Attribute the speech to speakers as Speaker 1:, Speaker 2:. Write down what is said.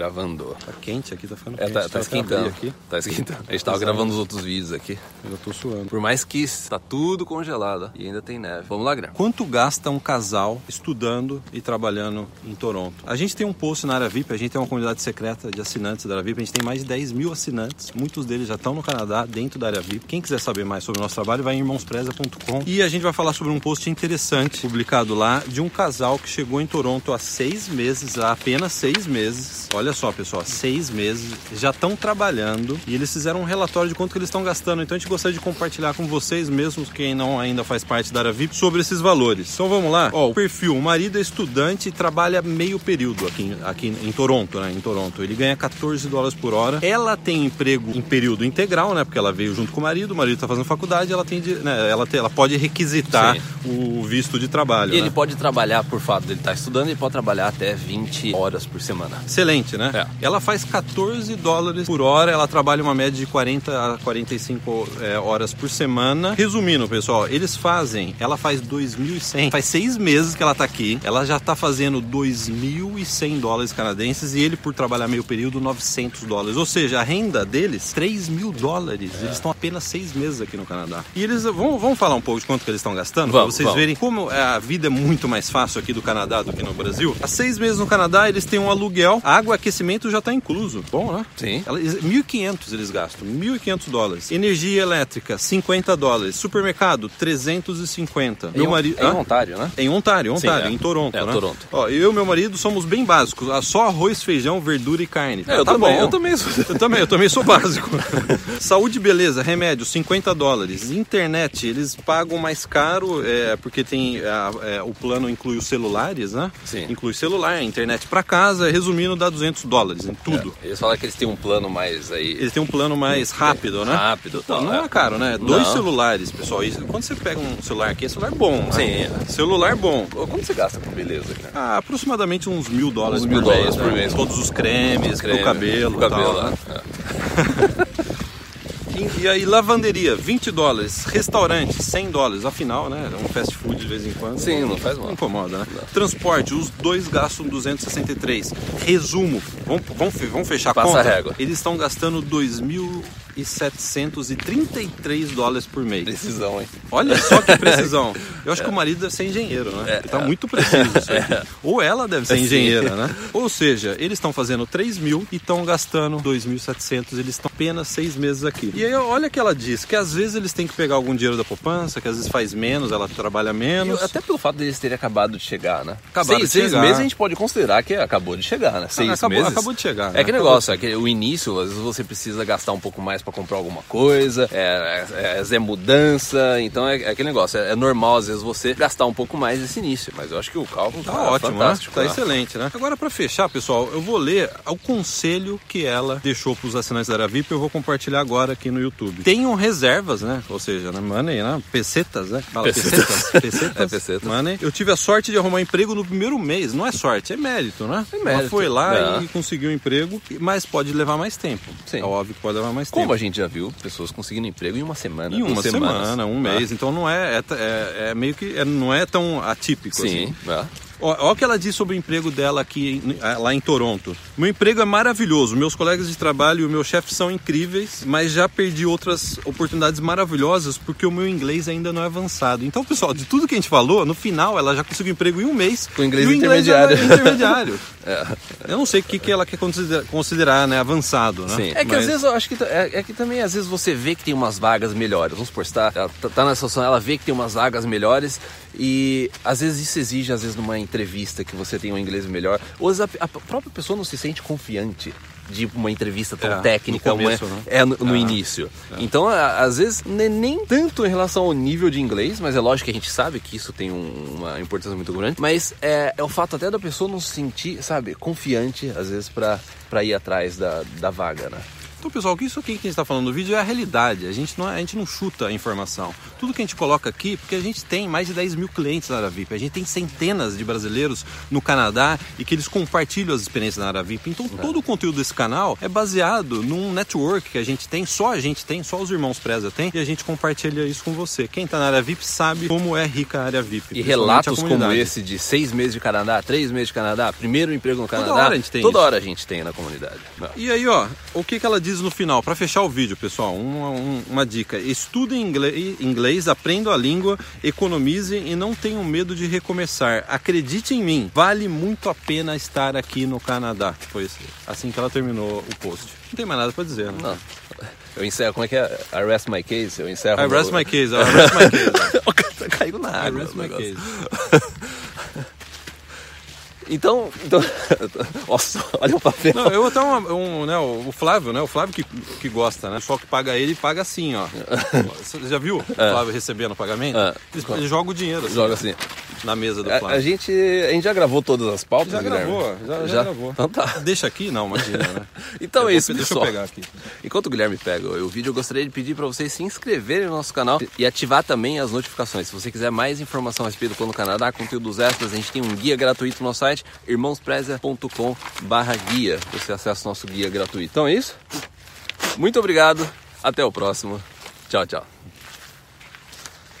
Speaker 1: Gravando.
Speaker 2: Tá quente aqui, tá ficando
Speaker 1: É,
Speaker 2: quente.
Speaker 1: tá, tá
Speaker 2: até
Speaker 1: esquentando.
Speaker 2: abrir aqui. é,
Speaker 1: Tá esquentando. A gente tava gravando os outros vídeos aqui.
Speaker 2: Eu tô suando.
Speaker 1: Por mais que tá tudo congelado e ainda tem neve. Vamos lá, Graham.
Speaker 2: Quanto gasta um casal estudando e trabalhando em Toronto? A gente tem um post na área VIP, a gente tem uma comunidade secreta de assinantes da área VIP, a gente tem mais de 10 mil assinantes, muitos deles já estão no Canadá, dentro da área VIP. Quem quiser saber mais sobre o nosso trabalho, vai em irmãospreza.com e a gente vai falar sobre um post interessante publicado lá de um casal que chegou em Toronto há seis meses, há apenas seis meses. Olha só, pessoal, seis meses, já estão trabalhando e eles fizeram um relatório de quanto que eles estão gastando. Então a gente gostaria de compartilhar com vocês, mesmo quem não ainda faz parte da área VIP, sobre esses valores. Então vamos lá. Ó, o perfil, o marido é estudante e trabalha meio período aqui, em- aqui em Toronto, né? Em Toronto. Ele ganha 14 dólares por hora. Ela tem emprego em período integral, né? Porque ela veio junto com o marido, o marido tá fazendo faculdade, ela tem, de- né? ela, tem- ela pode requisitar
Speaker 1: Sim.
Speaker 2: o visto de trabalho.
Speaker 1: E ele
Speaker 2: né?
Speaker 1: pode trabalhar, por fato dele estar estudando, ele pode trabalhar até 20 horas por semana.
Speaker 2: Excelente, né?
Speaker 1: É.
Speaker 2: Ela faz 14 dólares por hora, ela trabalha uma média de 40 a 45 é, horas por semana. Resumindo, pessoal, eles fazem, ela faz 2.100, faz seis meses que ela tá aqui, ela já tá fazendo 2.100 dólares canadenses e ele, por trabalhar meio período, 900 dólares. Ou seja, a renda deles, 3 mil dólares.
Speaker 1: É.
Speaker 2: Eles estão apenas seis meses aqui no Canadá. E eles, vamos, vamos falar um pouco de quanto que eles estão gastando? pra
Speaker 1: Vamos,
Speaker 2: vocês
Speaker 1: vamos.
Speaker 2: verem como a vida é muito mais fácil aqui do Canadá do que no Brasil. Há seis meses no Canadá, eles têm um aluguel, água, aquecimento já está incluso. Bom, né?
Speaker 1: Sim.
Speaker 2: Ela- eles- 1.500 eles gastam, 1.500 dólares. Energia elétrica, 50 dólares. Supermercado, 350.
Speaker 1: Em- em
Speaker 2: Hã?
Speaker 1: Ontário, né?
Speaker 2: Em Ontário,
Speaker 1: Sim,
Speaker 2: Ontário,
Speaker 1: é.
Speaker 2: em Toronto,
Speaker 1: É,
Speaker 2: né?
Speaker 1: Toronto.
Speaker 2: Ó, eu e meu marido somos bem básicos. Ah, Só arroz, feijão, verdura e carne.
Speaker 1: É, eu
Speaker 2: tá
Speaker 1: também,
Speaker 2: bom.
Speaker 1: eu também sou-
Speaker 2: Eu também, eu também sou básico. Saúde e beleza, remédio, 50 dólares. Internet, eles pagam mais caro, é, porque tem a- é, o plano inclui os celulares, né?
Speaker 1: Sim.
Speaker 2: Inclui celular, internet pra casa, resumindo, dá 200 dólares em tudo.
Speaker 1: Eles falam que eles têm um plano mais aí.
Speaker 2: Eles têm um plano mais rápido, né?
Speaker 1: Rápido,
Speaker 2: Pô,
Speaker 1: tal,
Speaker 2: não
Speaker 1: é.
Speaker 2: é caro, né? Dois
Speaker 1: Não.
Speaker 2: celulares, pessoal. Isso- quando você pega um celular aqui, é celular bom, né?
Speaker 1: Sim,
Speaker 2: Celular bom.
Speaker 1: Ô, Quanto você gasta com beleza, Graham?
Speaker 2: Ah, aproximadamente uns mil dólares,
Speaker 1: Uns mil
Speaker 2: por,
Speaker 1: dólares
Speaker 2: mês,
Speaker 1: por
Speaker 2: né?
Speaker 1: mês.
Speaker 2: Todos os cremes, pro
Speaker 1: Creme,
Speaker 2: cabelo,
Speaker 1: pro cabelo,
Speaker 2: tal, né?
Speaker 1: né?
Speaker 2: E, e aí, lavanderia, 20 dólares. Restaurante, 100 dólares. Afinal, né? Um fast food de vez em quando.
Speaker 1: Sim, não faz mal.
Speaker 2: Não incomoda, né? Transporte, os dois gastam 263. Resumo, vamos, vamos, fe- vamos fechar
Speaker 1: Passa
Speaker 2: a conta.
Speaker 1: a régua.
Speaker 2: Eles estão gastando 2.733 dólares por mês.
Speaker 1: Decisão, hein?
Speaker 2: Olha só que precisão. Eu acho que o marido deve ser engenheiro, né? Porque tá muito preciso isso aí. Ou ela deve ser
Speaker 1: É. Sim.
Speaker 2: engenheira, né? Ou seja, eles estão fazendo 3 mil e estão gastando 2.700. Eles estão apenas seis meses aqui. E aí, olha que ela diz, que às vezes eles têm que pegar algum dinheiro da poupança, que às vezes faz menos, ela trabalha
Speaker 1: E eu-
Speaker 2: menos.
Speaker 1: até pelo fato deles terem acabado de chegar, né?
Speaker 2: Acabaram
Speaker 1: seis,
Speaker 2: de chegar.
Speaker 1: seis meses a gente pode considerar que acabou de chegar, né? Seis
Speaker 2: acabou-
Speaker 1: meses.
Speaker 2: acabou de chegar,
Speaker 1: É
Speaker 2: né?
Speaker 1: que negócio, é que o início, às vezes você precisa gastar um pouco mais pra comprar alguma coisa, é, é, é- é mudança, então é, é aquele negócio. É, é normal, às vezes, você gastar um pouco mais nesse início, mas eu acho que o cálculo
Speaker 2: Tá ótimo, né?
Speaker 1: fantástico.
Speaker 2: Tá
Speaker 1: né?
Speaker 2: excelente, né? Agora, pra fechar, pessoal, eu vou ler o conselho que ela deixou pros assinantes da Era VIP eu vou compartilhar agora aqui no YouTube. Tenham reservas, né? Ou seja, né? Money, né? Pesetas, né? Fala,
Speaker 1: Pesetas.
Speaker 2: Pesetas. Pesetas.
Speaker 1: É, pesetas.
Speaker 2: Money. Eu tive a sorte de arrumar emprego no primeiro mês. Não é sorte, é mérito, né?
Speaker 1: É mérito.
Speaker 2: Ela foi lá
Speaker 1: É.
Speaker 2: e conseguiu um emprego, mas pode levar mais tempo.
Speaker 1: Sim.
Speaker 2: É óbvio que pode levar mais tempo.
Speaker 1: Como a gente já viu, pessoas conseguindo emprego em uma semana.
Speaker 2: Em uma
Speaker 1: duas semanas,
Speaker 2: semana, um
Speaker 1: né?
Speaker 2: mês. Então não é, é, é- é meio que é- não é tão atípico assim.
Speaker 1: Sim, né?
Speaker 2: Olha o que ela diz sobre o emprego dela aqui em- ah, lá em Toronto. Meu emprego é maravilhoso, meus colegas de trabalho e o meu chefe são incríveis, mas já perdi outras oportunidades maravilhosas porque o meu inglês ainda não é avançado. Então, pessoal, de tudo que a gente falou, no final ela já conseguiu emprego em um mês.
Speaker 1: Com inglês
Speaker 2: e o
Speaker 1: intermediário.
Speaker 2: ainda é intermediário. Eu não sei o que, que ela quer considerar, considerar, né, avançado, né?
Speaker 1: É que às vezes eu acho que. t- É, é que também às vezes você vê que tem umas vagas melhores. Vamos supor, você tá, ela tá, tá na situação, ela vê que tem umas vagas melhores e às vezes isso exige, às vezes, numa entrevista que você tenha um inglês melhor. Ou às vezes a, a própria pessoa não se sente confiante de uma entrevista tão
Speaker 2: É, no
Speaker 1: técnica uma-
Speaker 2: começo, né?
Speaker 1: é no, no início. Então, a- às vezes, não é nem tanto em relação ao nível de inglês, mas é lógico que a gente sabe que isso tem um- uma importância muito grande, mas é, é o fato até da pessoa não se sentir, sabe, confiante, às vezes, pra, pra ir atrás da, da vaga, né?
Speaker 2: Então, pessoal, isso aqui que a gente está falando no vídeo é a realidade. A gente, não, a gente não chuta a informação. Tudo que a gente coloca aqui, porque a gente tem mais de 10 mil clientes na área VIP. A gente tem centenas de brasileiros no Canadá e que eles compartilham as experiências na área VIP. Então,
Speaker 1: É.
Speaker 2: todo o conteúdo desse canal é baseado num network que a gente tem, só a gente tem, só os irmãos Preza tem, e a gente compartilha isso com você. Quem está na área VIP sabe como é rica a área VIP.
Speaker 1: E
Speaker 2: principalmente a
Speaker 1: relatos como
Speaker 2: comunidade.
Speaker 1: esse de seis meses de Canadá, três meses de Canadá, primeiro emprego no Canadá.
Speaker 2: hora a gente tem
Speaker 1: Toda
Speaker 2: isso.
Speaker 1: hora a gente tem na comunidade. Não.
Speaker 2: E aí, ó, o que, que ela diz no final? Pra fechar o vídeo, pessoal, uma, um- uma dica. Estudem inglês, inglês, aprendam a língua, economizem e não tenham medo de recomeçar. Acredite em mim, vale muito a pena estar aqui no Canadá. Foi isso. assim que ela terminou o post. Não tem mais nada pra dizer, né?
Speaker 1: Não. Eu encerro, como é que é? I rest my case, eu encerro.
Speaker 2: I rest
Speaker 1: tá no-
Speaker 2: my case, I rest my case.
Speaker 1: o cara tá caindo na
Speaker 2: I
Speaker 1: água.
Speaker 2: rest
Speaker 1: o
Speaker 2: my
Speaker 1: negócio.
Speaker 2: case.
Speaker 1: Então, então. Nossa, olha o papel.
Speaker 2: Não, eu até um, um, né, o Flávio, né? O Flávio que, que gosta, né? O pessoal que paga ele paga assim, ó. Você já viu o Flávio recebendo o pagamento?
Speaker 1: É.
Speaker 2: Ele, ele joga o dinheiro assim,
Speaker 1: Joga assim.
Speaker 2: na mesa do
Speaker 1: A,
Speaker 2: Flávio.
Speaker 1: a gente, a gente já gravou todas as pautas,
Speaker 2: Já
Speaker 1: Guilherme?
Speaker 2: gravou, já- já gravou.
Speaker 1: Então tá.
Speaker 2: Deixa aqui? Não, imagina, né?
Speaker 1: Então
Speaker 2: Eu
Speaker 1: é
Speaker 2: vou-
Speaker 1: isso,
Speaker 2: Deixa
Speaker 1: pessoal.
Speaker 2: eu pegar aqui.
Speaker 1: Enquanto o Guilherme pega o vídeo, eu gostaria de pedir para vocês se inscreverem no nosso canal e ativar também as notificações. Se você quiser mais informação a respeito do Plano Canadá, conteúdos extras, a gente tem um guia gratuito no nosso site, irmãospreza.com guia. Você acessa o nosso guia gratuito. Então é isso? Muito obrigado, até o próximo. Tchau, tchau.